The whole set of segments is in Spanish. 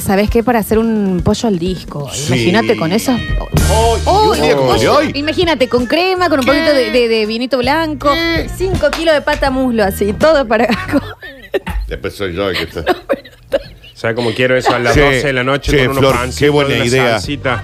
¿Sabes qué? Para hacer un pollo al disco. Sí. Imagínate con eso. Hoy, Oh, y un día como el de pollo- hoy. Imagínate con crema, con un poquito de, de- de vinito blanco, 5 kilos de pata muslo, así, todo para. Después soy yo el que está. ¿Sabes cómo quiero eso a las Che, 12 de la noche che, con unos Flor, pancitos, qué buena una idea. salsita?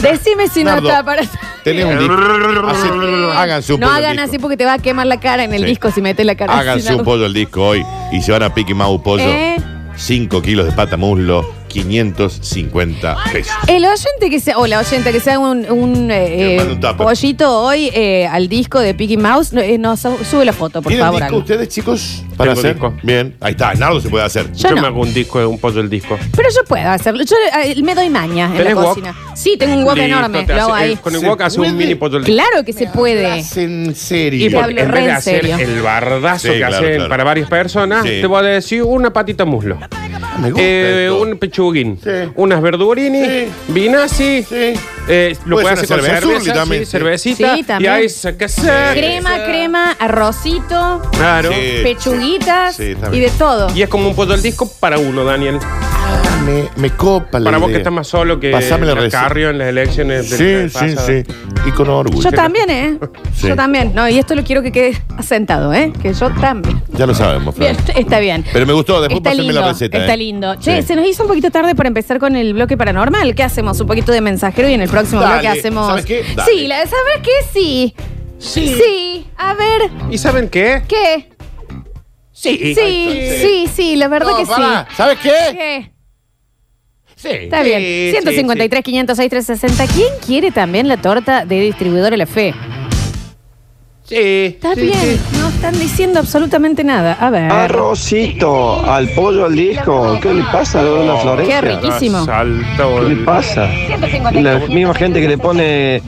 Decime si Nardo. no está para. Tenés un disco. Hacé- Háganse un No pollo al hagan disco. así porque te va a quemar la cara en el Sí. disco si metes la cara Háganse así. un Nardo. pollo al disco hoy y se van a Piqui Mau Pollo. ¿Eh? 5 kilos de pata muslo, 550 pesos. El oyente que sea, o la oyenta que sea un, un, eh, Que mande un tupper. pollito hoy eh, al disco de Piggy Mouse, no, eh, no, su- sube la foto, por ¿Tienen favor. disco Aldo. ustedes, chicos? Para Tengo hacer. disco. Bien. Ahí está, Nardo se puede hacer. Yo Yo, no. me hago un disco de un pollo el disco. Pero yo puedo hacerlo. Yo eh, me doy maña en la ¿Tenés wok? cocina. Sí, tengo un wok Listo, enorme. te Lo hago hace- ahí. eh, con el Se wok hace puede. un mini pollo el disco. Claro que se puede. En Y serio. Eh, Te porque hablo en vez re de en hacer serio. el bardazo Sí, que claro, hacen claro. para varias personas, Sí. te voy a decir una patita muslo. Me gusta Eh, esto. un pechuguín, Sí. unas verdurini, Sí. vinazzi, Sí. eh, lo Puede puedes ser hacer con una cerveza, cerveza, Zurli también, sí, sí. cervecita, Sí, y también. ahí saca saca. Crema, crema, arrocito, Claro. Sí. pechuguitas Sí, está y bien. de todo. Y es como un pollo al disco para uno, Daniel. Me, me copa la Para vos idea. que estás más solo que Pasame la receta. Carrio en las elecciones Sí, del sí, sí. Y con orgullo. Yo también, ¿eh? Sí. Yo también. No, y esto lo quiero que quede asentado, ¿eh? Que yo también. Ya lo sabemos, Fran. Bien, está bien. Pero me gustó, después está pasame lindo, la receta. Está eh. lindo. Che, Sí. se nos hizo un poquito tarde para empezar con el bloque paranormal. ¿Qué hacemos? Un poquito de mensajero y en el próximo Dale, bloque hacemos. ¿sabes qué? Dale. Sí, la, ¿sabes qué? Sí. Sí. Sí. A ver, ¿Y saben qué? ¿qué? Sí, sí, sí, la verdad No, que pará. sí. ¿Sabes qué? ¿Qué? Sí. Está bien. 153, 506, 360. ¿Quién quiere también la torta de distribuidor La Fe? Sí. sí. Está bien. No están diciendo absolutamente nada. A ver. Arrocito, al pollo al disco. ¿Qué le pasa a la Qué Florencia? riquísimo. Salto. ¿Qué le pasa? La misma gente que le pone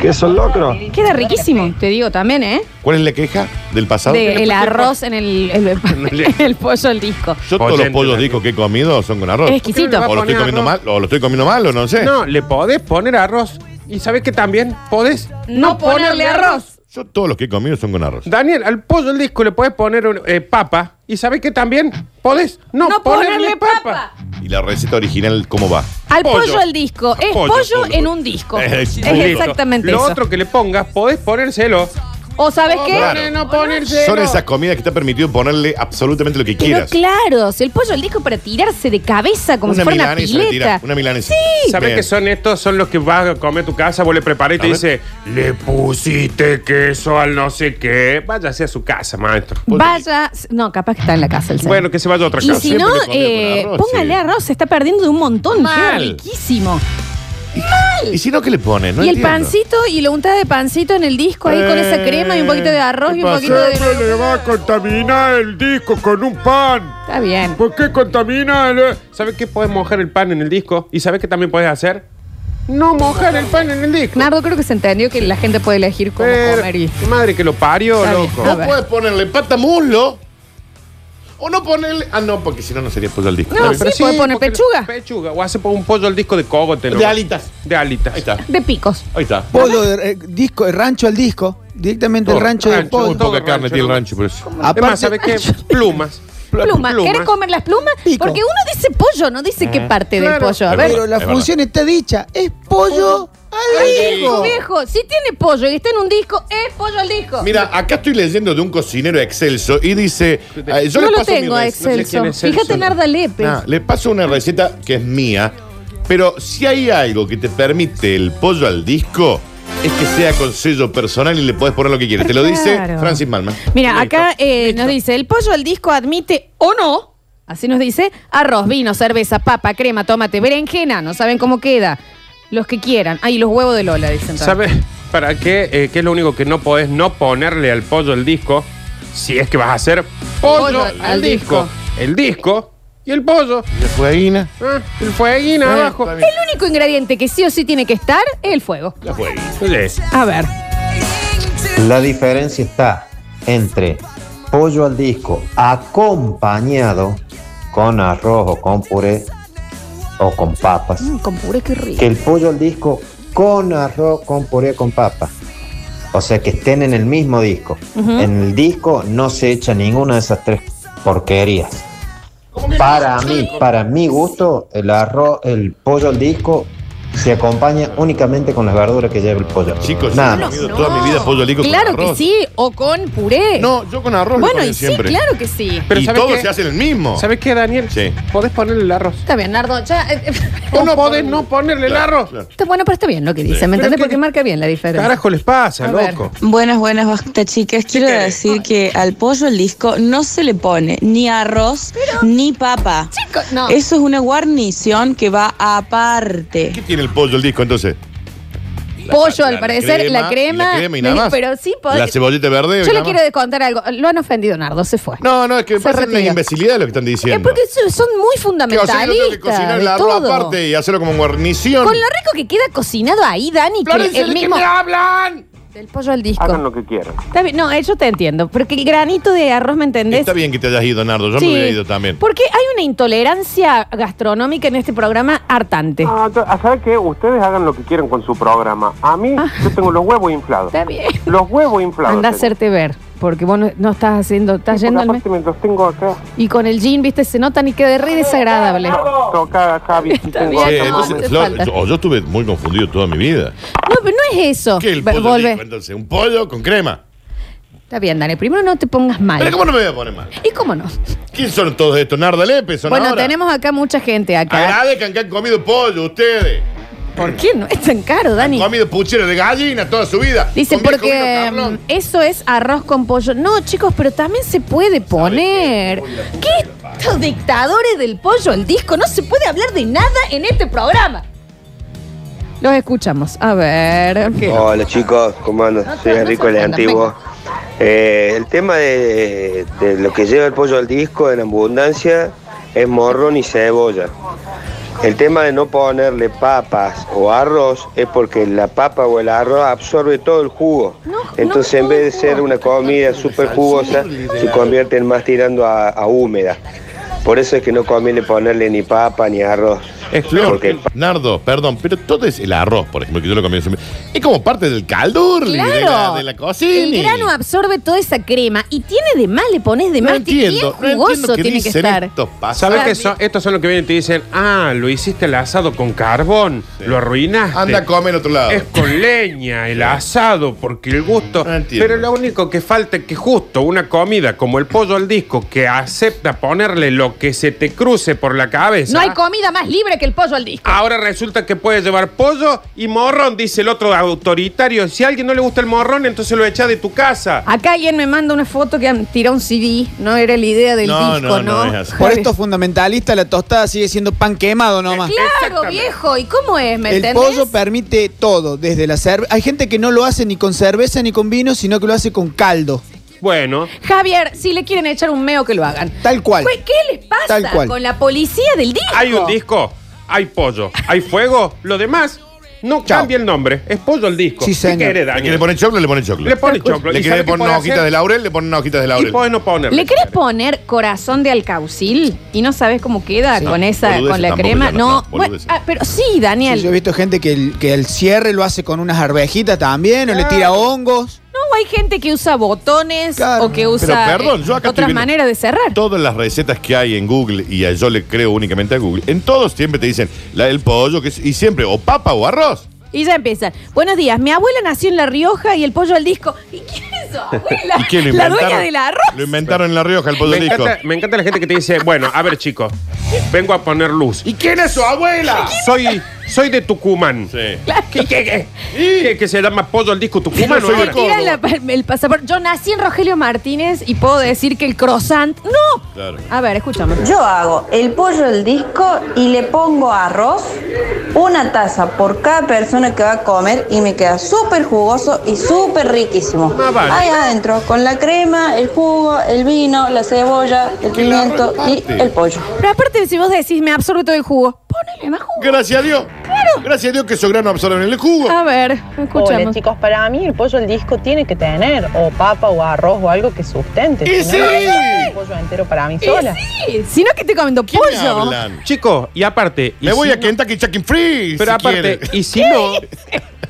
queso locro. Queda riquísimo, te digo también, ¿eh? ¿Cuál es la queja del pasado? De el arroz en el, el- el- el pollo al disco. Yo todos los Oyente pollos también. discos que he comido son con arroz. Es exquisito. O lo estoy comiendo mal, o lo estoy comiendo mal, o no sé. No, le podés poner arroz. ¿Y sabes que también podés? No ponerle arroz. Yo todos los que he comido son con arroz. Daniel, al pollo el disco le podés poner un, eh, papa. ¿Y sabes que también podés? No, No ponerle papa. ¿Y la receta original cómo va? Al pollo, Pollo. al disco. Es pollo, Pollo, pollo. en un disco. Es, Es Listo. exactamente Lo eso. otro que le pongas, podés ponérselo. ¿O sabes qué? Claro. Pone, no ponérselo. Son esas comidas que está permitido ponerle absolutamente lo que Pero quieras. claro, si el pollo al disco para tirarse de cabeza como si Una fuera una milanesa le tira, pileta. Una milanesa. ¿Sabes Bien. qué son estos? Son los que vas a comer a tu casa, vos le preparás y te A ver. dice, le pusiste queso al no sé qué. Váyase a su casa, maestro. Vaya. No, capaz que está en la casa el señor. Bueno, que se vaya a otra Y casa. si no, siempre le ponía eh, con arroz, póngale sí. arroz, se está perdiendo de un montón. Queda Mal. riquísimo. ¿Y si no, qué le ponen? No y el entiendo. pancito, y lo unta de pancito en el disco ahí con esa crema y un poquito de Eh, arroz y un poquito de. Siempre le va a contaminar el disco con un pan. Está bien. ¿Por qué contamina? el- eh? ¿Sabes qué? Puedes mojar el pan en el disco. ¿Y sabes qué también puedes hacer? No mojar el pan en el disco. Nardo, creo que se entendió que la gente puede elegir cómo Eh, Pero, comer y. qué madre que lo parió, Está bien. loco. A No ver. puedes ponerle pata muslo. O no ponerle. Ah, no, porque si no, no sería pollo al disco. No, Está sí, bien. Pero puede poner porque- pechuga. Pechuga. O hace por un pollo al disco de cogote. loco. De alitas. De alitas. Ahí está. De picos. Ahí está. Pollo, de- eh, disco, el rancho al disco. Directamente el Todo, rancho del rancho, pollo. Muy poca Todo carne rancho, tiene el loco. rancho, por eso. Es más, ¿sabes qué? Plumas. Plumas. ¿Querés comer las plumas? Pico. Porque uno dice pollo, no dice Eh, qué parte Claro. del pollo. A Es ver. Pero la Es verdad. función está dicha. Es pollo al Ay, viejo, disco. viejo, si tiene pollo y está en un disco, es pollo al disco. Mira, acá estoy leyendo de un cocinero excelso y dice. eh, yo no lo les paso tengo mi a rec- Excelso. quién es Celso. Fíjate en Arda Lepe. Ah, les paso una receta que es mía, pero si hay algo que te permite el pollo al disco, es que sea con sello personal y le podés poner lo que quieras. Te lo dice Claro. Francis Malman. Mira, acá eh, nos dice, el pollo al disco admite o no, así nos dice, arroz, vino, cerveza, papa, crema, tomate, berenjena, no saben cómo queda. Los que quieran. Ahí los huevos de Lola, dicen. también. ¿Sabes para qué? Eh, ¿Qué es lo único que no podés no ponerle al pollo el disco? Si es que vas a hacer pollo, Pollo al, al disco. disco. El disco y el pollo. De fueguina. Ah, el fueguín abajo. está bien. El único ingrediente que sí o sí tiene que estar es el fuego. La fueguina. Sí. A ver. La diferencia está entre pollo al disco acompañado con arroz o con puré o con papas, Mm, con puré, qué rico. que el pollo al disco con arroz, con puré, con papas. O sea, que estén en el mismo disco. Ujú. En el disco no se echa ninguna de esas tres porquerías. Para mí, para mi gusto, el arroz, el pollo al disco se acompaña únicamente con las verduras que lleva el pollo. Chicos, nada yo he más. comido toda mi vida pollo al disco Claro con que arroz. sí, o con puré. No, yo con arroz lo bueno, comí y siempre. sí, claro que sí. Pero y ¿sabes todos qué? se hacen el mismo. ¿Sabes qué, Daniel? Sí. Podés ponerle el arroz. Está bien, Nardo. Ya, eh, Vos no podés no ponerle el Claro, arroz. claro. Está bueno, pero está bien lo que dice. Sí. ¿Me Pero entendés? que- Porque marca bien la diferencia. Carajo les pasa, A ver. loco. Buenas, buenas, basta chicas. Quiero ¿Qué querés? decir que al pollo el disco no se le pone ni arroz ni papa. Chicos, no. Eso es una guarnición que va aparte. ¿Qué tiene el pollo al disco entonces? pollo, al la parecer, la crema. y La crema y nada me- más. Pero sí, pod- La cebollita verde. y Yo le nada quiero más. contar algo. Lo han ofendido, Nardo, se fue. No, no, es que me Se parece una retira. imbecilidad lo que están Es diciendo. porque so- son muy que, o sea, yo tengo que fundamentalistas. cocinar de el arroz todo. aparte y hacerlo como guarnición. Con lo rico que queda cocinado ahí, Dani, que Florencia, el ¿de qué mismo. me hablan? Del pollo al disco. lo que quieran. Está bien, no, eh, yo te entiendo. Porque el granito de arroz, ¿me entendés? Está bien que te hayas ido, Nardo. Yo Sí, Pues me hubiera ido también. Porque hay una intolerancia gastronómica en este programa hartante. Ah, yo- ah, ¿Sabe qué? Ustedes hagan lo que quieran con su programa. A mí, Ah. yo tengo los huevos inflados. Está bien. Los huevos inflados. Anda a tengo. hacerte ver, porque vos no, no estás haciendo, estás Porque yendo al mes. aparte me los tengo acá. Y con el jean, viste, se notan y queda re desagradable. Toca, Javi. si Está tengo bien, Sí, acá. no, Eh, entonces, hace Flor, falta. yo, o yo estuve muy confundido toda mi vida. No, pero no es eso. ¿Qué el Oh, Ve- pollo al volvé. disco, entonces? Un pollo con crema. Está bien, Dani, primero no te pongas mal. Pero ¿cómo no me voy a poner mal? ¿Y cómo no? ¿Quién son todos estos? Narda Lepe, son Bueno, ahora? tenemos acá mucha gente acá. Agradezcan que han comido pollo ustedes. ¿Por qué no es tan caro, Han Dani? comido puchero de gallina toda su vida. Dice, Con viejo porque vino cabrón. mm, eso es arroz con pollo. No, chicos, pero también se puede poner. ¿Qué estos dictadores del pollo el disco? No se puede hablar de nada en este programa. Los escuchamos. A ver. Hola chicos, ¿cómo andan? No, Soy no Enrico el se ofendan, Antiguo. Eh, el tema de, de lo que lleva el pollo al disco en abundancia es morrón y cebolla. El tema de no ponerle papas o arroz es porque la papa o el arroz absorbe todo el jugo. No, Entonces no, en vez de todo el ser jugo. una comida súper jugosa, se convierte en más tirando a, a húmeda. Por eso es que no conviene ponerle ni papa ni arroz. Es Flor, Porque- Nardo, perdón, pero todo es el arroz, por ejemplo, que yo lo comí. Es como parte del caldurri de, la, Claro. de la El cocina. grano absorbe toda esa crema y tiene de más, le pones de No más. entiendo, Este bien no jugoso entiendo qué tiene que dicen estar. estos pasos. ¿Sabes Ah, qué sí. son? Estos son los que vienen y te dicen, ah, lo hiciste el asado con carbón, lo arruinaste. Anda a comer en otro lado. Es con leña, el asado, porque el gusto. No entiendo. Pero lo único que falta es que justo una comida como el pollo al disco que acepta ponerle lo que se te cruce por la cabeza. No hay comida más libre que el pollo al disco. Ahora resulta que puede llevar pollo y morrón, dice el otro autoritario. Si a alguien no le gusta el morrón, entonces lo echa de tu casa. Acá alguien me manda una foto que han tirado un CD. No era la idea del No, disco, no, ¿no? no es así. Por estos fundamentalistas, la tostada sigue siendo pan quemado nomás. Claro, Exactamente. viejo. ¿Y cómo es? ¿Me El entendés? pollo permite todo, desde la cerveza. Hay gente que no lo hace ni con cerveza ni con vino, sino que lo hace con caldo. Bueno, Javier, si le quieren echar un meo, que lo hagan. Tal cual. Güey, ¿Qué les pasa Tal cual. con la policía del disco? hay un disco, hay pollo, hay fuego, lo demás. No Chao. cambia el nombre, es pollo el disco. Sí, ¿Qué señor. quiere, ¿Le Daniel? quiere poner choclo? Le pone choclo. Le pone choclo. ¿Le ¿Y quiere sabe qué poner puede unas hojitas hacer? de laurel? Le pone unas hojitas de Y laurel. podés no ponerle. ¿Le querés poner corazón de alcaucil y no sabes cómo queda Sí. con esa, Boludeces con la tampoco, crema? ya no, No, no, bueno, boludeces. ah, pero sí, Daniel. Sí, yo he visto gente que el, que el cierre lo hace con unas arvejitas también, o le tira hongos. No, hay gente que usa botones Claro. o que usa Pero perdón, eh, yo acá estoy otras viendo maneras de cerrar. Todas las recetas que hay en Google, y a- yo le creo únicamente a Google, en todos siempre te dicen la, el pollo, que es- y siempre, o papa o arroz. Y ya empiezan. Buenos días, mi abuela nació en La Rioja y el pollo al disco. ¿Y quién es su abuela? ¿Y quién lo la inventaron? dueña del arroz. Lo inventaron en La Rioja, el pollo Me disco. encanta, me encanta la gente que te dice, bueno, a ver chicos, vengo a poner luz. ¿Y quién es su abuela? Soy, soy de Tucumán. Sí. ¿Qué, qué, qué? ¿Qué- que se llama pollo al disco Pero Tucumán? soy Te ahora? de Córdoba. tiran la pa- el pasaporte. Yo nací en Rogelio Martínez y puedo decir que el croissant. ¡No! Claro. A ver, escúchame. Yo hago el pollo al disco y le pongo arroz, una taza por cada persona que va a comer y me queda súper jugoso y súper riquísimo. Ah, vale. Ahí adentro, con la crema, el jugo, el vino, la cebolla, el Que la pimiento y reparte. el pollo. Pero aparte, si vos decís, me absorbe todo el jugo, ponele más jugo. Gracias a Dios. Gracias a Dios que esos granos absorben el jugo. A ver, Hola escuchamos. chicos, para mí el pollo al disco tiene que tener o papa o arroz o algo que sustente. ¡Y si no, sí! el pollo entero para mí sola. Sí, si no que te comiendo ¿Qué me pollo. hablan? Chicos, y aparte... y Me voy si a no- Kentucky Chicken Free. Pero si aparte, quieren. y si no...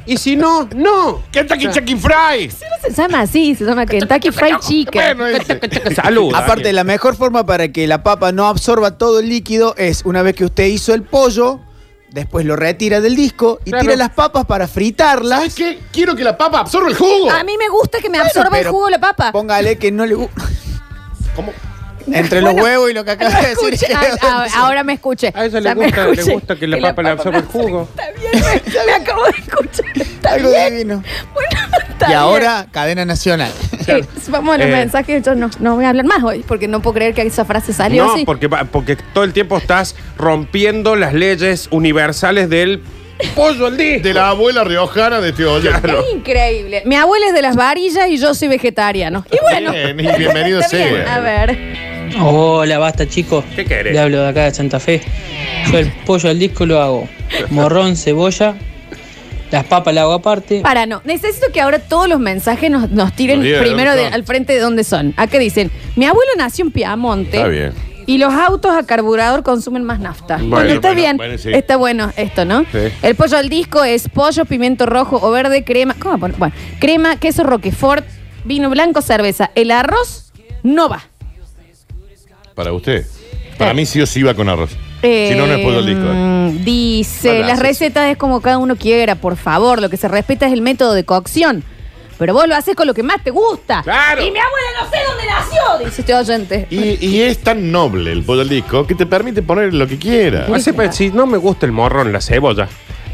Y si no, no. Kentucky O sea, Chucky Fry. No se llama así, se llama Kentucky Fried Chicken. Bueno, ese. Salud. Aparte, la mejor forma para que la papa no absorba todo el líquido es una vez que usted hizo el pollo, después lo retira del disco y Claro. tira las papas para ¿Sabes fritarlas. qué? Quiero que la papa absorba el jugo. A mí me gusta que me absorba el pero- jugo la papa. Póngale que no le gusta. ¿Cómo? Entre Bueno, los huevos y lo que acaba de decir. Escuche, ah, ah, ahora me escuche. A ella Ya le me gusta, le escuché. gusta que la papa le absorba el jugo. Me, me acabo de escuchar. Está Algo bien. divino. Bueno, está Y bien. ahora, cadena nacional. Eh, vamos a los Eh. mensajes. Yo no, no voy a hablar más hoy porque no puedo creer que esa frase salió No, así. porque, va- porque todo el tiempo estás rompiendo las leyes universales del pollo al disco. De la abuela riojana de este hoyo. Es increíble. Mi abuela es de las varillas y yo soy vegetariano. Y bueno. Bien, y bienvenido Está bien. sea. A ver. Hola, basta chicos. ¿Qué querés? Le hablo de acá de Santa Fe. Yo el pollo al disco lo hago. Morrón, cebolla. Las papas las hago aparte. Para, no. Necesito que ahora todos los mensajes nos, nos tiren Nos diga de primero dónde de- son. al frente de dónde son. Acá dicen, mi abuelo nació en Piamonte. Está bien. Y los autos a carburador consumen más nafta. Bueno, Bueno, está bueno, bien. bueno, sí. Está bueno esto, ¿no? Sí. El pollo al disco es pollo, pimiento rojo o verde, crema. ¿Cómo poner? Bueno, crema, queso roquefort, vino blanco, cerveza. El arroz no va. Para usted. Para mí sí o sí va con arroz. Si no, no es pollo al disco. eh. Mm, Dice, Bueno, las haces. recetas es como cada uno quiera, por favor. Lo que se respeta es el método de cocción. Pero vos lo haces con lo que más te gusta. Claro. Y mi abuela no sé dónde nació, dice este oyente. Y, y es tan noble el pollo al disco que te permite poner lo que quieras. No sé, pero pues, si no me gusta el morrón, la cebolla,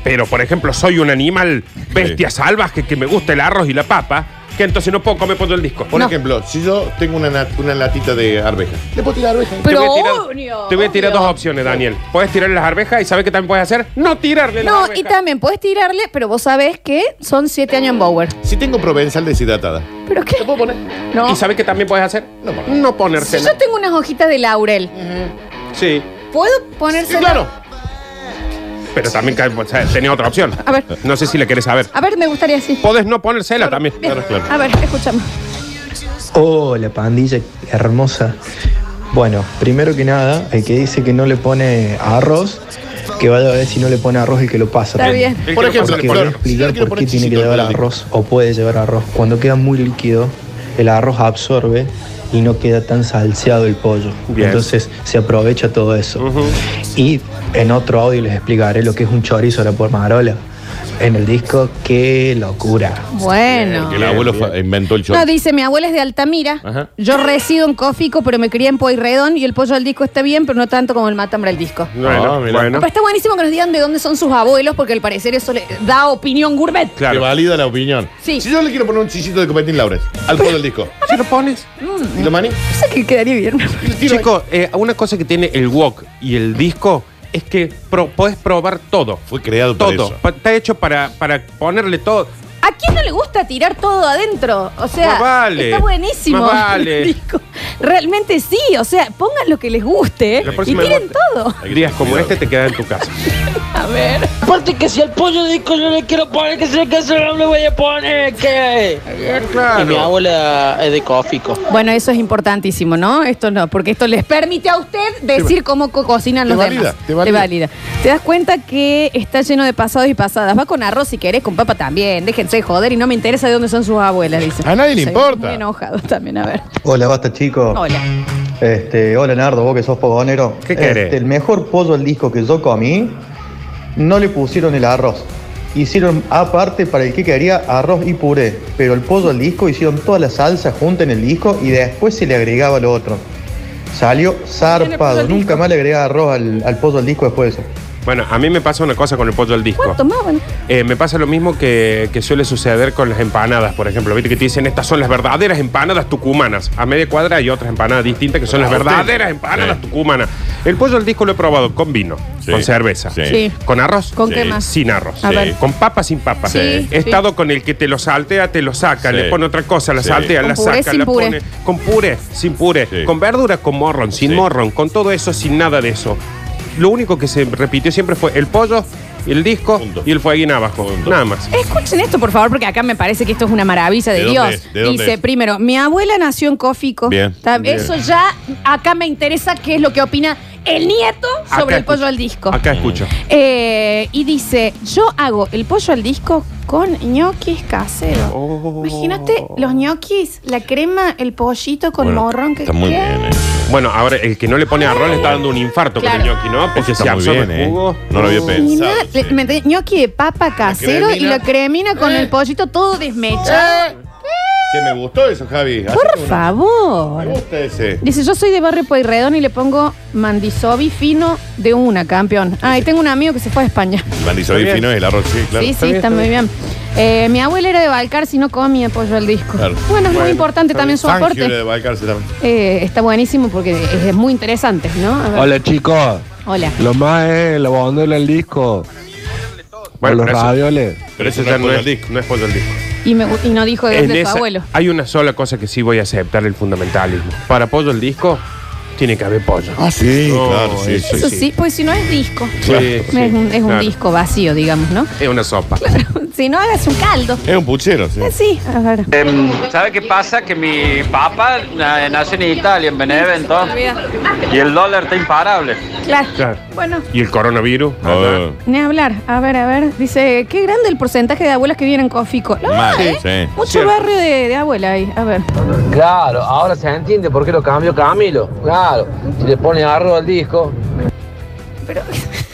pero por ejemplo soy un animal bestia salvaje que me gusta el arroz y la papa, que entonces no puedo comer pollo al disco. Por No. ejemplo, si yo tengo una, nat- una latita de arveja, ¿le puedo tirar arveja? Pero te voy a tirar, obvio, te voy a tirar obvio. dos opciones, Daniel. Puedes tirarle las arvejas y ¿sabes qué también puedes hacer? No tirarle las No, arvejas. y también puedes tirarle, pero vos sabés que son siete años en Bower. Si tengo provenzal deshidratada, ¿Pero qué? ¿le puedo poner? No. ¿Y sabes qué también puedes hacer? No, por- No Si ponérsela. yo tengo unas hojitas de laurel, Sí. ¿puedo Sí, ponérsela? claro. Pero también ca- o sea, tenía otra opción. A ver. No sé si le querés saber. A ver, me gustaría así. Podés no ponérsela también. Bien. Claro, claro. A ver, escuchamos. Hola, pandilla hermosa. Bueno, primero que nada, el que dice que no le pone arroz, que vaya a ver si no le pone arroz el que lo pasa. Está bien. El Por que lo ejemplo, pasa, le Porque voy a Flor, si yo pone- explicar quiero por qué poner tiene que chisito llevar al disco. arroz o puede llevar arroz. Cuando queda muy líquido, el arroz absorbe y no queda tan salseado el pollo. Bien. Entonces se aprovecha todo eso. Ujú. Y en otro audio les explicaré lo que es un chorizo a la pormarola. En el disco, qué locura. Bueno. Que el abuelo fa- inventó el chorro. No, dice, mi abuela es de Altamira. Ajá. Yo resido en Cófico, pero me crié en Pueyrredón y el pollo al disco está bien, pero no tanto como el matambre al disco. Bueno, Ah, mira. bueno. Pero está buenísimo que nos digan de dónde son sus abuelos, porque al parecer eso le da opinión gourmet. Te Claro. valida la opinión. Sí. Si yo le quiero poner un chisito de copetín Laures al pollo al disco, Si lo pones. ¿y lo maní? No sé que quedaría bien. Y le tiro ahí. Chicos, eh, una cosa que tiene el wok y el disco es que pro- podés probar todo. Fue creado por Todo. eso. Pa- Está hecho para, para ponerle todo. ¿A quién no le gusta tirar todo adentro? O sea, Más vale. está buenísimo. Más vale. el disco. Realmente sí, o sea, pongan lo que les guste ¿eh? La y próxima tiren vuelta. todo. Hay que Días tener como cuidado. este te quedan en tu casa. A ver. Aparte que si el pollo disco yo le quiero poner, que si el queso no le voy a poner, que... claro. Y mi abuela es de Cófico. Bueno, eso es importantísimo, ¿no? Esto no, porque esto les permite a usted decir cómo co- cocinan te los valida, demás. te valida. Te das cuenta que está lleno de pasados y pasadas. Va con arroz si querés, con papa también. Déjense de joder y no me interesa de dónde son sus abuelas, dice. A nadie le Soy importa. Oh. Muy enojado también, a ver. Hola, basta chicos. Hola. Este, hola Nardo, vos que sos fogonero. ¿Qué querés? Este, el mejor pollo al disco que yo comí, no le pusieron el arroz. Hicieron aparte para el que quería arroz y puré, pero el pollo al disco hicieron toda la salsa junta en el disco y después se le agregaba lo otro. Salió pollo zarpado, al nunca disco. más le agregaba arroz al, al pollo al disco después de eso. Bueno, a mí me pasa una cosa con el pollo al disco. Oh. ¿Cuánto más? Bueno, Eh, me pasa lo mismo que, que suele suceder con las empanadas, por ejemplo. Viste que te dicen, estas son las verdaderas empanadas tucumanas. A media cuadra hay otras empanadas distintas que son las Ah, usted. verdaderas empanadas Sí. tucumanas. El pollo al disco lo he probado con vino, Sí. con cerveza, Sí. Sí. con arroz, ¿Con Sí. qué más? sin arroz, A ver. con papa, sin papa. Sí, He sí. estado con el que te lo saltea, te lo saca, Sí. le pone otra cosa, la Sí. saltea, Con la puré, saca, sin la puré. pone con puré, sin puré, Sí. con verdura, con morrón, sin Sí. morrón, con todo eso, sin nada de eso. Lo único que se repitió siempre fue el pollo, el disco Punto. y el fueguín abajo. Punto. Nada más. Escuchen esto, por favor, porque acá me parece que esto es una maravilla de, ¿De dónde Dios. es? ¿De dónde Dice, es? primero, mi abuela nació en Cófico. Bien. Está- Eso ya, acá me interesa qué es lo que opina el nieto Acá sobre el pollo escucho. al disco. Acá escucho. Eh, y dice, yo hago el pollo al disco con ñoquis caseros. Oh. Imagínate los ñoquis, la crema, el pollito con Bueno, morrón que está muy queda. eh. Bueno, ahora el que no le pone arroz le está dando un infarto Claro. con el ñoqui, ¿no? Porque Está se muy absorbe bien, el ¿eh? jugo. uh, No lo había pensado. Y nada, le- me entendés, ñoqui de papa casero y cremina. Eh. la cremina con el pollito todo desmechado. Che, me gustó eso, Javi. Hacete Por uno. favor. Me gusta ese. Dice, yo soy de Barrio Pueyrredón y le pongo mandisobi fino de una, campeón. Ah, y tengo un amigo que se fue a España. Bandisobi Está bien. fino es el arroz, sí, claro. sí, sí, está, muy bien. Eh, mi abuela era de Balcar, si no comía pollo al disco. Claro. Bueno, es muy Bueno, importante está también bien. su Fangio aporte. era de Balcarce también. Eh, está buenísimo porque es, es muy interesante, ¿no? A ver. Hola chicos. Hola. Lo más es la bandola del disco. Bueno, o los pero eso- ravioles. Pero eso ya no es, no es pollo al disco. Y, me gu- y no dijo de En dónde es esa- su abuelo. Hay una sola cosa que sí voy a aceptar el fundamentalismo. Para pollo al disco, tiene que haber pollo. Ah, sí, claro, sí, Eso sí, pues si no es disco. Claro. es Sí, un, es un claro. disco vacío, digamos, ¿no? Es una sopa. Si no, hagas un caldo. Es un puchero, sí. Eh, Sí, a ver. Em, ¿Sabe qué pasa? Que mi papá na- nació en Italia, en Benevento, y el dólar está imparable. Claro. Claro. Bueno, ¿Y el coronavirus? Ajá. eh, ni hablar. A ver, a ver. Dice, qué grande el porcentaje de abuelas que vienen en Cofico. La verdad, Mal, ¿eh? sí. Mucho Cierto. barrio de, de abuela ahí. A ver. Claro, ahora se entiende por qué lo cambió Camilo. Claro, si le pone arroz al disco. Pero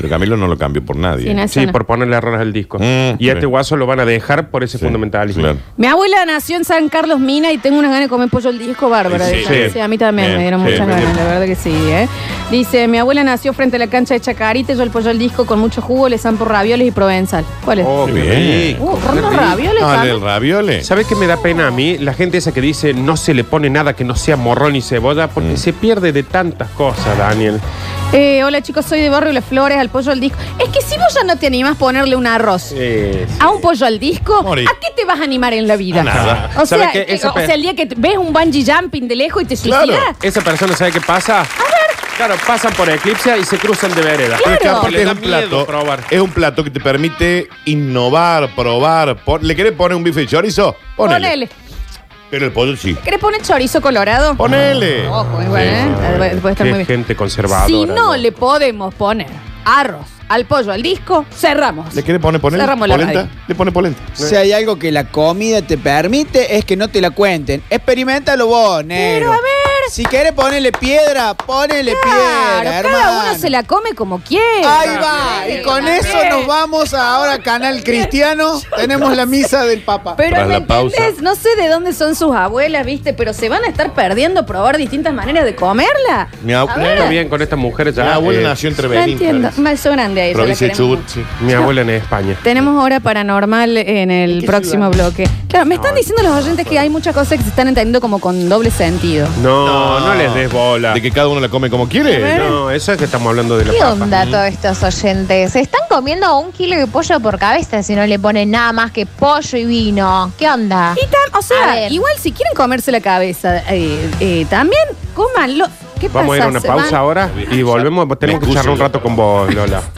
Camilo no lo cambió por nadie. Sí, no, eso Sí, no. por ponerle arroz al disco. y Mm, sí. a este guaso lo van a dejar por ese fundamentalismo. Mi abuela nació en San Carlos Mina y tengo unas ganas de comer pollo al disco bárbara. Sí, dice. sí. Sí, a mí también Bien, me dieron sí, muchas bien. ganas, la verdad que sí. ¿eh? Dice, mi abuela nació frente a la cancha de Chacarita, yo el pollo al disco con mucho jugo, le zampo ravioles y provenzal. ¿Cuál es? Oh, Qué qué bien. rico. Uh, ¿rondo ravioles, Ah, Carlos? del raviole. ¿Sabes qué me da pena a mí? La gente esa que dice no se le pone nada que no sea morrón y cebolla porque Mm. se pierde de tantas cosas, Daniel. Eh, hola chicos, soy de Barrio Las Flores, al pollo al disco. Es que si vos ya no te animás a ponerle un arroz a un pollo al disco, Morí. ¿a qué te vas a animar en la vida? A nada. O ¿Sabe sea, qué? que- Esa o pe- sea, el día que te- ves un bungee jumping de lejos y te suicidas. Esa persona sabe qué pasa. A ver. Claro, pasan por eclipse y se cruzan de vereda. Claro. Porque Aparte les es da un miedo plato, probar. es un plato que te permite innovar, probar. pon- ¿Le querés poner un bife de chorizo? Ponele. Ponele. Pero el pollo sí. ¿Querés poner chorizo colorado? Ponele. Ojo, es bueno, Sí, ¿eh? Puede- puede estar Qué muy bien. gente conservadora. Si no le podemos poner arroz al pollo al disco, cerramos. ¿Le querés poner ponele? Cerramos la polenta? radio. Le pone polenta. Si hay algo que la comida te permite es que no te la cuenten. Experimentalo vos, negro. Pero a ver. Si querés ponerle piedra, ponele Claro, piedra, cada uno hermano. se la come como quiere. Ahí va. Y con eso nos vamos ahora a Canal Cristiano. Tenemos la misa del Papa. Pero Tras ¿me la pausa. entendés? No sé de dónde son sus abuelas, viste, pero se van a estar perdiendo a probar distintas maneras de comerla. Mi A ver. abuela bien con esta mujer ya. Mi abuela eh, Ah, nació entre No entiendo. Más eso grande ahí. Provincia de Chubut. sí. Mi abuela en España. Tenemos hora paranormal en el próximo bloque. Claro, me están diciendo los oyentes que hay muchas cosas que se están entendiendo como con doble sentido. No, no, les des bola. De que cada uno la come como quiere. No, ¿Eh? eso es que estamos hablando de la ¿Qué papa. onda Mm. todos estos oyentes? Se están comiendo un kilo de pollo por cabeza si no le ponen nada más que pollo y vino. ¿Qué onda? Y tam- o A sea, ver. igual si quieren comerse la cabeza, eh, eh, también cómanlo. ¿Qué pasa? Vamos a ir a una ¿Se pausa van? ahora y volvemos. Tenemos que charlar un rato con vos, Lola.